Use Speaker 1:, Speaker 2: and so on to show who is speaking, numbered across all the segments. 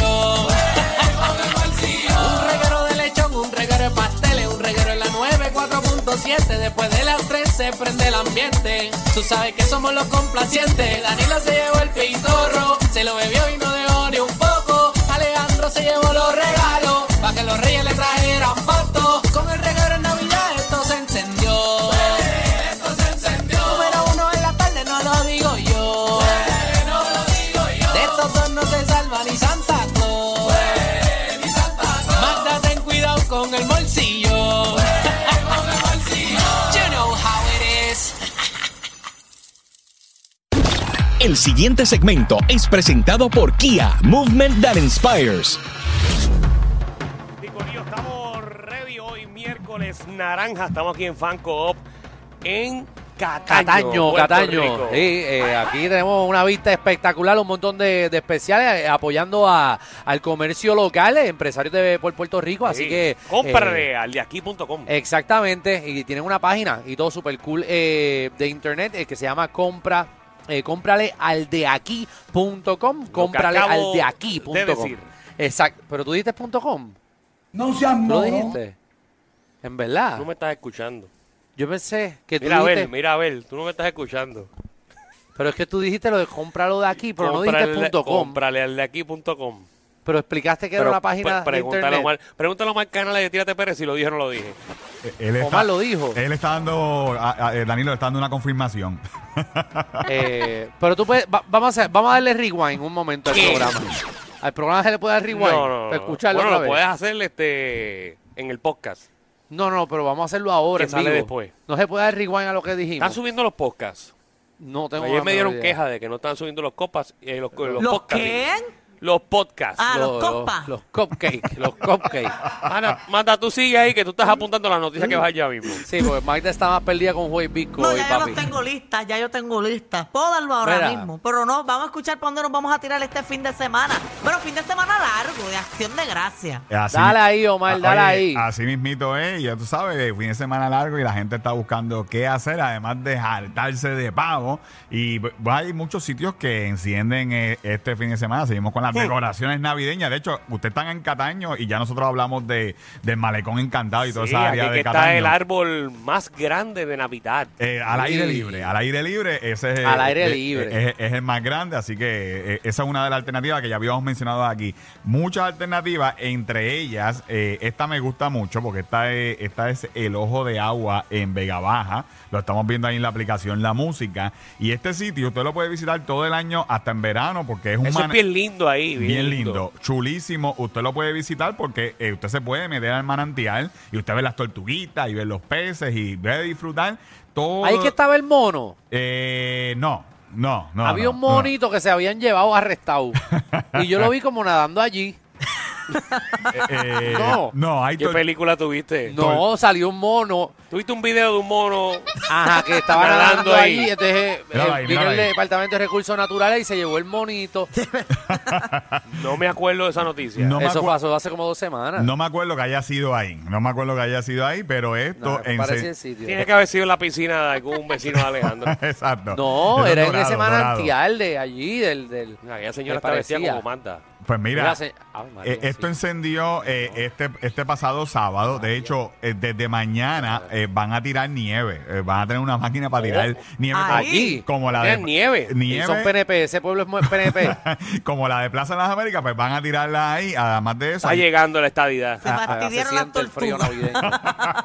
Speaker 1: con el bolsillo.
Speaker 2: Un reguero de lechón, un reguero de pasteles, un reguero en la 9, 4.7. Después de las 3 se prende el ambiente. Tú sabes que somos los complacientes. Danilo se llevó el pitorro, se lo bebió y no dejó ni un poco. Alejandro se llevó los regalos, para que los reyes le trajeran pato. Con el reguero en Navidad esto se encendió.
Speaker 1: Esto se encendió,
Speaker 2: Número uno en la tarde, no lo digo yo.
Speaker 1: no lo digo yo.
Speaker 2: De estos dos no se salva ni Santa Claus.
Speaker 1: Ni Santa Claus,
Speaker 2: Magda, ten cuidado con el bolsillo.
Speaker 1: con el bolsillo.
Speaker 2: You know how it is.
Speaker 3: El siguiente segmento es presentado por Kia, Movement That Inspires.
Speaker 4: Corillo, estamos ready hoy, miércoles naranja. Estamos aquí en Fan Coop en Cataño.
Speaker 5: Cataño,
Speaker 4: Puerto
Speaker 5: Cataño.
Speaker 4: Rico.
Speaker 5: Sí, eh, aquí tenemos una vista espectacular, un montón de, de especiales eh, apoyando a, al comercio local, eh, empresarios de por Puerto Rico, así
Speaker 4: Sí.
Speaker 5: que...
Speaker 4: Cómprale
Speaker 5: eh,
Speaker 4: al de aquí.com.
Speaker 5: exactamente, y tienen una página y todo super cool eh, de internet eh, que se llama compra. eh, cómprale al de aquí.com, cómprale
Speaker 4: acabo
Speaker 5: al de aquí.com.
Speaker 4: de decir.
Speaker 5: Exacto, pero tú dijiste punto .com,
Speaker 6: No seas
Speaker 5: ¿tú lo
Speaker 6: morón.
Speaker 5: dijiste? En verdad,
Speaker 4: Tú me estás escuchando.
Speaker 5: yo pensé que tú
Speaker 4: Mira a ver,
Speaker 5: dijiste,
Speaker 4: mira a ver, tú no me estás escuchando.
Speaker 5: pero es que tú dijiste lo de cómpralo de aquí, pero no
Speaker 4: Cómprale-
Speaker 5: dijiste punto .com.
Speaker 4: Cómprale al de aquí.com.
Speaker 5: Pero explicaste que era una página de
Speaker 4: pregúntalo,
Speaker 5: internet.
Speaker 4: mal, pregúntalo mal canal de Tírate Pérez si lo dije o no lo dije.
Speaker 6: Eh, Él
Speaker 5: Omar lo dijo.
Speaker 6: Él está dando, a- a- eh, Danilo está dando una confirmación.
Speaker 5: Eh, pero tú puedes, va- vamos, a hacer- vamos a darle rewind un momento al
Speaker 4: ¿Qué?
Speaker 5: programa. Al programa se le puede dar rewind.
Speaker 4: no, no, no.
Speaker 5: para escucharlo
Speaker 4: Bueno,
Speaker 5: otra
Speaker 4: lo
Speaker 5: vez.
Speaker 4: puedes hacer este, en el podcast.
Speaker 5: No, no, pero vamos a hacerlo ahora.
Speaker 4: Que
Speaker 5: en
Speaker 4: sale
Speaker 5: vivo.
Speaker 4: después.
Speaker 5: No se puede dar rewind a lo que
Speaker 4: Están
Speaker 5: dijimos.
Speaker 4: subiendo los podcasts.
Speaker 5: No tengo
Speaker 4: Ayer
Speaker 5: la
Speaker 4: me
Speaker 5: menor
Speaker 4: dieron
Speaker 5: idea.
Speaker 4: queja de que no están subiendo los copas, eh, los, los,
Speaker 7: ¿Los
Speaker 4: podcasts.
Speaker 7: qué?
Speaker 4: Los podcasts.
Speaker 7: Ah, los
Speaker 5: Los, los,
Speaker 7: copas.
Speaker 5: los cupcakes, los cupcakes.
Speaker 4: Ana, manda tú sigue ahí que tú estás apuntando la noticia que vas allá mismo.
Speaker 5: Sí, porque Magda está más perdida con Juez Bisco
Speaker 7: No,
Speaker 5: hoy,
Speaker 7: ya yo
Speaker 5: papi.
Speaker 7: los tengo listas, ya yo tengo listas. Puedo darlo ahora
Speaker 5: Mira.
Speaker 7: mismo. Pero no, vamos a escuchar para dónde nos vamos a tirar este fin de semana. Pero fin de semana largo, de acción de gracia.
Speaker 6: Así- Ah,
Speaker 5: Dale ahí, Omar, dale
Speaker 6: Oye,
Speaker 5: ahí.
Speaker 6: Así mismito es, ya tú sabes, fin de semana largo y la gente está buscando qué hacer, además de jartarse de pavo. Y pues, hay muchos sitios que encienden eh, este fin de semana. Seguimos con las decoraciones navideñas. De hecho, ustedes están en Cataño y ya nosotros hablamos de, del Malecón Encantado y toda
Speaker 4: Sí,
Speaker 6: esa
Speaker 4: aquí
Speaker 6: área
Speaker 4: que
Speaker 6: de Cataño.
Speaker 4: está el árbol más grande de Navidad.
Speaker 6: Eh, al aire
Speaker 5: Sí.
Speaker 6: libre, al aire libre, ese es,
Speaker 5: Al aire
Speaker 6: eh,
Speaker 5: libre.
Speaker 6: es- es el más grande, así que eh, esa es una de las alternativas que ya habíamos mencionado aquí. Muchas alternativas, entre ellas, eh, esta me gusta mucho porque esta es, esta es el ojo de agua en Vega Baja, lo estamos viendo ahí en la aplicación La Música, y este sitio usted lo puede visitar todo el año hasta en verano porque es un
Speaker 4: Eso es
Speaker 6: mane-
Speaker 4: bien lindo ahí.
Speaker 6: Bien, lindo. chulísimo. Usted lo puede visitar porque eh, usted se puede meter al manantial y usted ve las tortuguitas y ve los peces y ve a disfrutar todo.
Speaker 5: Ahí que estaba el mono.
Speaker 6: Eh, no, no, no.
Speaker 5: Había
Speaker 6: no,
Speaker 5: un
Speaker 6: no.
Speaker 5: monito que se habían llevado arrestado. y yo lo vi como nadando allí.
Speaker 6: Eh,
Speaker 5: No.
Speaker 6: no, hay
Speaker 4: ¿Qué
Speaker 6: tor-
Speaker 4: película tuviste?
Speaker 5: No, salió un mono
Speaker 4: ¿Tuviste un video de un mono?
Speaker 5: Ajá, que estaba
Speaker 4: Nadando
Speaker 5: nadando
Speaker 4: ahí.
Speaker 5: ahí. Entonces eh,
Speaker 6: Míralo
Speaker 5: eh,
Speaker 6: ahí,
Speaker 5: vino
Speaker 6: míralo
Speaker 5: el
Speaker 6: ahí.
Speaker 5: departamento de recursos naturales y se llevó el monito.
Speaker 4: No me acuerdo de esa noticia.
Speaker 6: No me
Speaker 5: Eso
Speaker 6: acu-
Speaker 5: pasó hace como dos semanas.
Speaker 6: no me acuerdo que haya sido ahí. No me acuerdo que haya sido ahí, pero esto.
Speaker 5: Nada,
Speaker 6: en
Speaker 5: parece el
Speaker 6: se-
Speaker 5: sitio.
Speaker 4: Tiene que haber sido en la piscina de algún vecino de Alejandro.
Speaker 6: Exacto.
Speaker 5: No,
Speaker 6: Eso es
Speaker 5: era en
Speaker 6: dorado,
Speaker 5: ese
Speaker 6: dorado.
Speaker 5: manantial de allí, del... del
Speaker 4: Aquella señora
Speaker 5: Me
Speaker 4: está vestida
Speaker 5: parecía.
Speaker 4: como manda.
Speaker 6: Pues mira,
Speaker 5: se- Ave María,
Speaker 6: Eh, esto
Speaker 5: sí.
Speaker 6: encendió eh, este, este pasado sábado. De hecho, eh, desde mañana
Speaker 4: Ah.
Speaker 6: eh, van a tirar nieve. Eh, van a tener una máquina para tirar nieve como-
Speaker 5: Allí.
Speaker 6: como la de
Speaker 4: Oh, Tiran nieve.
Speaker 5: Y
Speaker 6: nieve,
Speaker 5: son PNP, ese pueblo es muy PNP.
Speaker 6: como la de Plaza de las Américas, pues van a tirarla ahí. Además de eso,
Speaker 4: Está llegando la estadidad.
Speaker 7: Se
Speaker 5: Ahora Ah, se
Speaker 7: fastidiaron las
Speaker 5: siente el frío
Speaker 7: tortugas.
Speaker 5: navideño.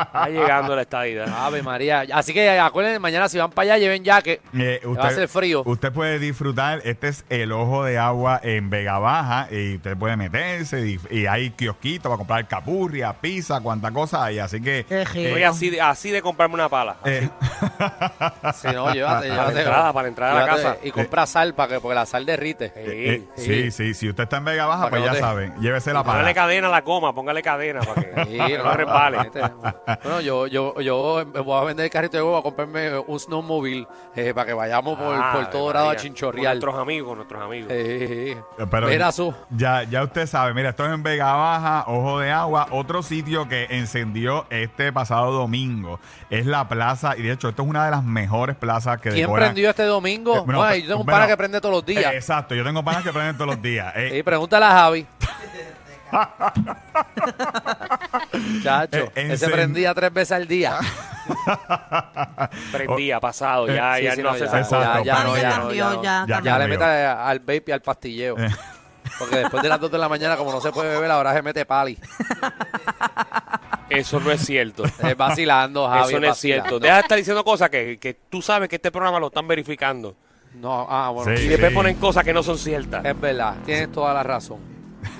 Speaker 4: Está llegando la estadidad.
Speaker 6: Ah,
Speaker 5: Ave María. Así que eh, acuérdense, mañana si van para allá, lleven ya que
Speaker 6: Eh, usted,
Speaker 5: va a hacer frío.
Speaker 6: Usted puede disfrutar. Este es el ojo de agua en Vega Baja. ¿verdad? Y usted puede meterse y, y hay kiosquitos para comprar capurria, pizza, cuánta cosa hay. Así que.
Speaker 7: Qué rico.
Speaker 4: Voy así, de- así de comprarme una pala.
Speaker 6: eh,
Speaker 5: Sí, no,
Speaker 4: Para la
Speaker 5: llévate, llévate.
Speaker 4: entrada, para la entrada a la
Speaker 5: Llévate
Speaker 4: casa.
Speaker 5: Y compra sal, para que, porque la sal derrite.
Speaker 6: eh,
Speaker 4: Sí.
Speaker 6: sí, sí. Si usted está en Vega Baja,
Speaker 5: Para que no
Speaker 6: pues ya
Speaker 5: te-
Speaker 6: saben. Llévese la
Speaker 4: Póngale
Speaker 6: pala.
Speaker 4: cadena a la goma, póngale cadena para que
Speaker 5: Sí,
Speaker 4: no resbale.
Speaker 5: este, Bueno, yo, yo, yo me voy a vender el carrito de huevo a comprarme un snowmobile eh, para que vayamos por,
Speaker 4: Ah,
Speaker 5: por todo
Speaker 4: María,
Speaker 5: Dorado a
Speaker 4: con
Speaker 5: chinchorreal.
Speaker 4: Nuestros amigos, con nuestros amigos.
Speaker 5: Eh,
Speaker 6: Pero
Speaker 5: mira, su.
Speaker 6: Ya, ya usted sabe, mira, esto es en Vega Baja, Ojo de Agua, otro sitio que encendió este pasado domingo. Es la plaza, y de hecho, esto es una de las mejores plazas que
Speaker 5: ¿Quién
Speaker 6: decoran-
Speaker 5: prendió este domingo?
Speaker 6: Eh, bueno,
Speaker 5: Ay, yo tengo un
Speaker 6: bueno,
Speaker 5: pana que prende todos los días.
Speaker 6: Eh, exacto, yo tengo panas que prenden todos los días. Eh,
Speaker 5: Sí, pregúntale a Javi. Chacho,
Speaker 6: Eh, en
Speaker 5: ese
Speaker 6: sen-
Speaker 5: prendía tres veces al día.
Speaker 6: ah,
Speaker 4: Prendía, pasado, ya,
Speaker 6: eh,
Speaker 5: Sí,
Speaker 4: Ah, ya
Speaker 5: sí,
Speaker 4: no
Speaker 5: no,
Speaker 4: hace
Speaker 5: ya,
Speaker 4: esas
Speaker 6: ya,
Speaker 4: cosas.
Speaker 6: ya,
Speaker 7: Mami,
Speaker 6: no,
Speaker 7: ya
Speaker 6: ya,
Speaker 7: cambió,
Speaker 5: no,
Speaker 7: ya
Speaker 6: ya. Eh.
Speaker 7: cambió.
Speaker 5: Ya le
Speaker 6: Amigo.
Speaker 5: meta al vape y al pastilleo. Porque después de las 2 de la mañana, como no se puede beber, ahora se mete pali.
Speaker 4: Eso no es cierto.
Speaker 5: Es vacilando, Eh, Javi.
Speaker 4: Eso no es
Speaker 5: vacilando.
Speaker 4: cierto. Deja de estar diciendo cosas que, que tú sabes que este programa lo están verificando.
Speaker 5: No, ah, bueno.
Speaker 6: Sí,
Speaker 4: Y después
Speaker 6: sí.
Speaker 4: ponen cosas que no son ciertas.
Speaker 5: Es verdad, tienes toda la razón.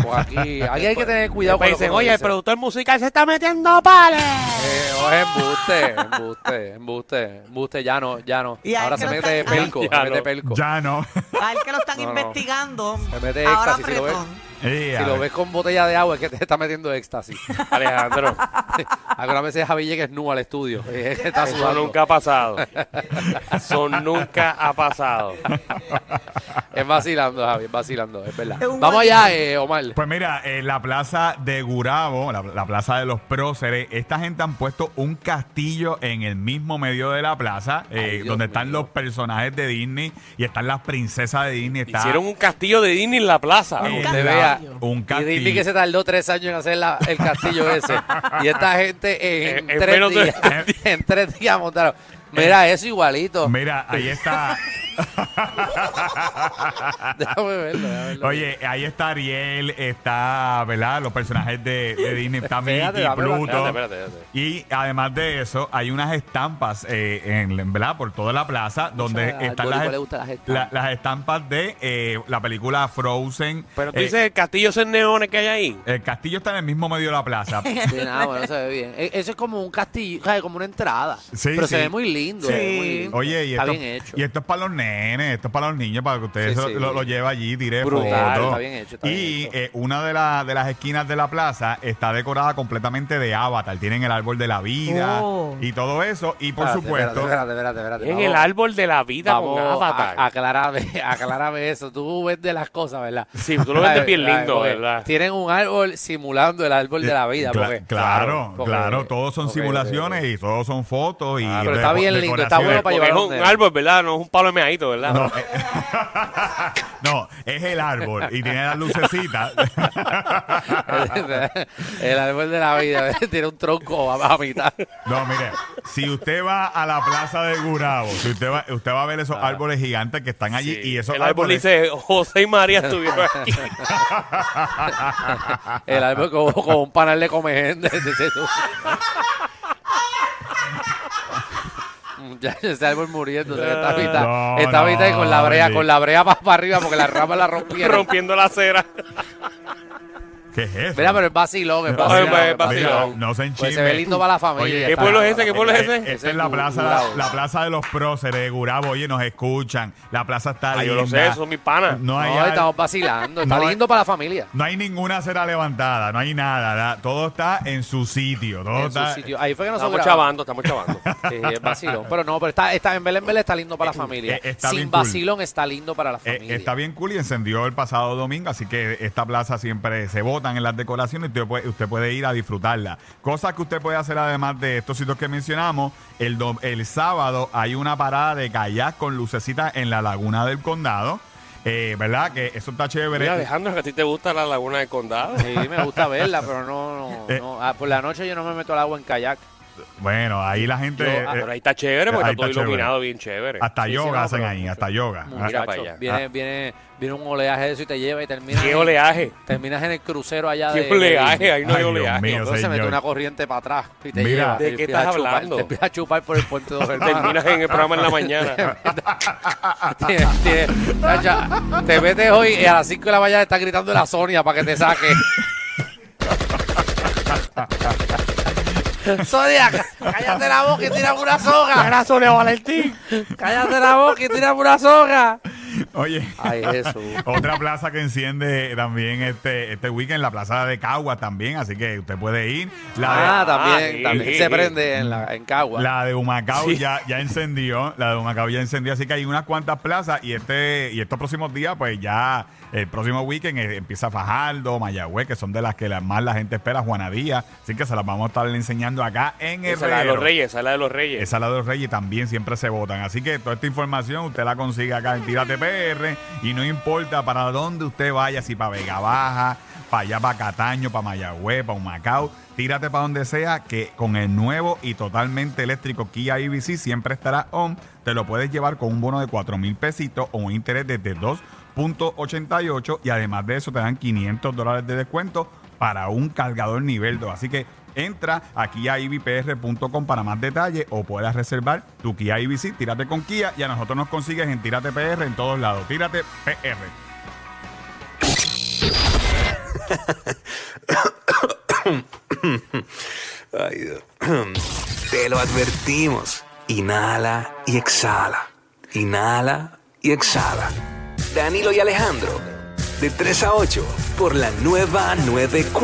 Speaker 5: Porque aquí, aquí hay que tener cuidado con
Speaker 4: Después
Speaker 5: lo que
Speaker 4: dicen,
Speaker 5: uno
Speaker 4: oye, el
Speaker 5: dice.
Speaker 4: productor musical se está metiendo pales.
Speaker 5: Eh, oye, embuste, embuste, embuste, embuste, ya no, ya no.
Speaker 7: Y a él
Speaker 5: Ahora
Speaker 7: que
Speaker 5: se
Speaker 7: lo
Speaker 5: mete
Speaker 7: están-
Speaker 5: pelco,
Speaker 4: Ya
Speaker 5: se mete
Speaker 4: no.
Speaker 5: pelco.
Speaker 6: ya no.
Speaker 7: Al Ah, que lo están
Speaker 5: No, no.
Speaker 7: investigando.
Speaker 5: Me mete
Speaker 7: Ahora
Speaker 5: éxtasis, si lo ves.
Speaker 7: apretón.
Speaker 6: Eh,
Speaker 5: Si
Speaker 6: a
Speaker 5: lo
Speaker 6: ver.
Speaker 5: ves con botella de agua es que te está metiendo éxtasis.
Speaker 4: Alejandro,
Speaker 5: Algunas veces Javi llega nu al estudio. Es que está
Speaker 4: eso
Speaker 5: sudando.
Speaker 4: nunca ha pasado. Eso nunca ha pasado.
Speaker 5: Es vacilando, Javi, es vacilando, es verdad.
Speaker 7: Es un
Speaker 5: Vamos
Speaker 7: vacilón.
Speaker 5: allá, eh, Omar.
Speaker 6: Pues mira, en la plaza de Gurabo, la, la plaza de los próceres, esta gente han puesto un castillo en el mismo medio de la plaza, eh,
Speaker 5: Dios
Speaker 6: donde están
Speaker 5: mío.
Speaker 6: los personajes de Disney y están las princesas de Disney. Está
Speaker 4: Hicieron un castillo de Disney en la plaza.
Speaker 6: eh,
Speaker 5: Usted
Speaker 6: la-
Speaker 5: vea.
Speaker 6: un
Speaker 5: Y
Speaker 6: castillo.
Speaker 5: Disney que se tardó tres años en hacer la- el castillo ese. Y esta gente en,
Speaker 6: Eh,
Speaker 4: En- en
Speaker 5: tres
Speaker 4: menos de-
Speaker 5: días. en tres días montaron. Mira, eso igualito.
Speaker 6: Mira, ahí está.
Speaker 5: Déjame verlo, déjame verlo.
Speaker 6: Oye, ahí está Ariel, está, ¿verdad? Los personajes de, de Disney, está
Speaker 5: Espérate,
Speaker 6: Mickey,
Speaker 5: dame la-
Speaker 6: Pluto.
Speaker 5: espérate, espérate, espérate.
Speaker 6: Y además de eso, hay unas estampas, eh, en, ¿verdad? Por toda la plaza, donde
Speaker 5: al
Speaker 6: están
Speaker 5: Boricua
Speaker 6: las,
Speaker 5: le gustan las
Speaker 6: la-
Speaker 5: estampas.
Speaker 6: las estampas de eh, la película Frozen.
Speaker 4: Pero tú
Speaker 6: Eh,
Speaker 4: dices el castillo es neones que hay ahí.
Speaker 6: El castillo está en el mismo medio de la plaza.
Speaker 5: Sí, nada, bueno, se ve bien. E- Eso es como un castillo, ¿sabes? como una entrada.
Speaker 6: Sí,
Speaker 5: pero se
Speaker 6: sí.
Speaker 5: ve muy lindo.
Speaker 6: Sí.
Speaker 5: se ve muy lindo.
Speaker 6: Oye, y
Speaker 5: está
Speaker 6: esto,
Speaker 5: bien hecho.
Speaker 6: y esto es para los nenes, esto es para los niños, para que ustedes
Speaker 5: Sí,
Speaker 6: lo-
Speaker 5: sí.
Speaker 6: Lo, lo lleven allí, tire
Speaker 5: Brutal,
Speaker 6: fotos.
Speaker 5: está bien hecho, está
Speaker 6: y
Speaker 5: bien hecho.
Speaker 6: eh, una de, la- de las esquinas de la plaza está decorada completamente de avatar. Tienen el árbol de la vida
Speaker 7: Oh.
Speaker 6: y todo eso. Y por
Speaker 5: Espérate,
Speaker 6: supuesto,
Speaker 5: Espérate, espérate, espérate.
Speaker 4: En
Speaker 5: espérate.
Speaker 4: el árbol de la vida
Speaker 5: Vamos,
Speaker 4: con
Speaker 5: vamos
Speaker 4: Avatar.
Speaker 5: a- aclárame, aclárame eso. Tú vendes las cosas, ¿verdad?
Speaker 4: Sí, tú lo vendes bien
Speaker 5: ¿Sabes?
Speaker 4: lindo,
Speaker 5: Porque
Speaker 4: ¿verdad?
Speaker 5: Tienen un árbol simulando el árbol de la vida.
Speaker 6: Eh, Cla-
Speaker 5: porque-
Speaker 6: claro,
Speaker 5: porque- eh,
Speaker 6: claro, todos son
Speaker 5: porque-
Speaker 6: simulaciones y todos son fotos. Y
Speaker 5: pero está
Speaker 6: deco-
Speaker 5: bien lindo, está bueno
Speaker 6: decoraciones.
Speaker 5: para
Speaker 4: Porque es
Speaker 5: llevar
Speaker 4: un
Speaker 5: donde-
Speaker 4: árbol, ¿verdad? No es un palo de meadito, ¿verdad?
Speaker 6: No, eh, no, es el árbol y tiene las lucecitas.
Speaker 5: el árbol de la vida tiene un tronco a, a mitad.
Speaker 6: No, mire, si usted va a la plaza de Gurabo, si usted va, usted va a ver esos árboles gigantes que están allí y esos
Speaker 4: el árbol
Speaker 6: árboles.
Speaker 4: dice José y María estuvieron aquí.
Speaker 5: El árbol con, con un panel de comején. Muchacho, ese árbol muriendo, esta mitad,
Speaker 6: Eh, No,
Speaker 5: esta mitad y con la
Speaker 6: no,
Speaker 5: brea,
Speaker 6: bendito.
Speaker 5: con la brea más para arriba porque las ramas la rompieron.
Speaker 4: rompiendo la acera.
Speaker 6: ¿Qué es eso?
Speaker 5: Mira, pero es vacilón, es
Speaker 6: Mira,
Speaker 5: vacilón.
Speaker 4: Oye,
Speaker 5: es vacilón.
Speaker 6: mira, no se enchime.
Speaker 5: Pues se ve lindo para la familia.
Speaker 6: Oye,
Speaker 4: pues, ¿Qué
Speaker 5: Está-
Speaker 4: pueblo es ese? ¿Qué pueblo es
Speaker 6: Eh,
Speaker 4: ese?
Speaker 6: Esta es
Speaker 5: Ese
Speaker 6: la
Speaker 5: es
Speaker 6: plaza,
Speaker 5: Gurabo.
Speaker 6: la, plaza de los próceres de Gurabo. Oye, nos escuchan. La plaza está
Speaker 4: Ah,
Speaker 6: linda.
Speaker 4: yo lo sé, son mis panas.
Speaker 6: No hay,
Speaker 5: No,
Speaker 6: ar-
Speaker 5: estamos vacilando. Está
Speaker 6: No hay-
Speaker 5: lindo para la familia.
Speaker 6: no hay ninguna acera levantada, no hay nada. ¿verdad? Todo está en su sitio. Todo
Speaker 5: En su
Speaker 6: está,
Speaker 5: sitio. Ahí fue que nosotros
Speaker 4: Estamos
Speaker 5: grabamos.
Speaker 4: chavando, estamos chavando.
Speaker 5: Sí, es vacilón. Pero no, pero está, está en Belén Belén está lindo para la familia.
Speaker 6: Eh, está
Speaker 5: Sin
Speaker 6: bien cool.
Speaker 5: vacilón está lindo para la
Speaker 6: Eh,
Speaker 5: familia.
Speaker 6: está bien cool y encendió el pasado domingo, así que esta plaza siempre se botan en las decoraciones y usted puede, usted puede ir a disfrutarla. Cosas que usted puede hacer además de estos sitios que mencionamos, el, dom- el sábado hay una parada de kayak con lucecitas en la laguna del condado, eh, ¿verdad? Que eso está chévere.
Speaker 4: Mira, Alejandro, que a ti te gusta la laguna del condado.
Speaker 5: Sí, me gusta verla, pero no, no,
Speaker 6: Eh.
Speaker 5: no. Ah, por la noche yo no me meto al agua en kayak.
Speaker 6: Bueno, ahí la gente.
Speaker 4: Yo- ah,
Speaker 6: eh,
Speaker 4: pero ahí está chévere porque
Speaker 6: ahí
Speaker 4: está todo
Speaker 6: está
Speaker 4: iluminado bien chévere.
Speaker 6: hasta
Speaker 5: Sí, sí,
Speaker 6: yoga
Speaker 5: no,
Speaker 6: hacen
Speaker 5: pero-
Speaker 6: ahí, hasta yoga.
Speaker 4: Mira
Speaker 5: Muchacho,
Speaker 4: para
Speaker 6: Ah.
Speaker 4: allá.
Speaker 5: Viene, viene, viene un oleaje de eso y te lleva y terminas.
Speaker 4: ¡Qué
Speaker 5: en-
Speaker 4: oleaje!
Speaker 5: Terminas en el crucero allá de.
Speaker 4: ¡Qué oleaje! Ahí no hay
Speaker 6: Ay, Dios
Speaker 4: oleaje.
Speaker 6: mío,
Speaker 5: Entonces se mete
Speaker 6: señor.
Speaker 5: una corriente para atrás y te
Speaker 6: Mira.
Speaker 5: lleva.
Speaker 4: ¿De
Speaker 5: Te
Speaker 4: qué
Speaker 5: empieza a
Speaker 4: estás
Speaker 5: chupar-
Speaker 4: hablando?
Speaker 5: Te empiezas a chupar por el puente de
Speaker 4: Terminas en el programa en la mañana.
Speaker 5: Tiene- tiene- Tacha, te metes hoy y a las 5 de la mañana está gritando la Sonia para que te saque. Sonia, cá- cállate la boca y tira una soga.
Speaker 4: ¡Abrazo de Valentín!
Speaker 5: Cállate la boca y tira una soga.
Speaker 6: Oye.
Speaker 5: Ay, Jesús.
Speaker 6: Otra plaza que enciende también este, este weekend, la plaza de Cagua también, así que usted puede ir. La
Speaker 5: Ah,
Speaker 4: Ah,
Speaker 5: también,
Speaker 4: sí.
Speaker 5: también se prende en, la, en
Speaker 6: de,
Speaker 5: Cagua.
Speaker 6: la de Humacao ya, ya encendió, la de Humacao ya encendió, así que hay unas cuantas plazas y este y estos próximos días, pues ya el próximo weekend eh, empieza Fajardo, Mayagüez, que son de las que la- más la gente espera, Juanadía, así que se las vamos a estar enseñando acá en el
Speaker 4: Esa es la de los reyes, esa es la de los reyes.
Speaker 6: Esa la de los Reyes también siempre se votan. Así que toda esta información usted la consigue acá en Tírate PR y no importa para dónde usted vaya, si para Vega Baja, para allá, para Cataño, para Mayagüez, para Humacao, tírate para donde sea que con el nuevo y totalmente eléctrico Kia IBC siempre estará on. Te lo puedes llevar con un bono de 4 mil pesitos o un interés desde 2.88 y además de eso te dan 500 dólares de descuento para un cargador nivel 2. Así que entra aquí a ibpr.com para más detalles o puedas reservar tu Kia IBC. Tírate con Kia y a nosotros nos consigues en Tírate PR en todos lados. Tírate PR.
Speaker 8: Ay, Dios. Te lo advertimos. Inhala y exhala. Inhala y exhala. Danilo y Alejandro, de 3 a 8, por la nueva 94.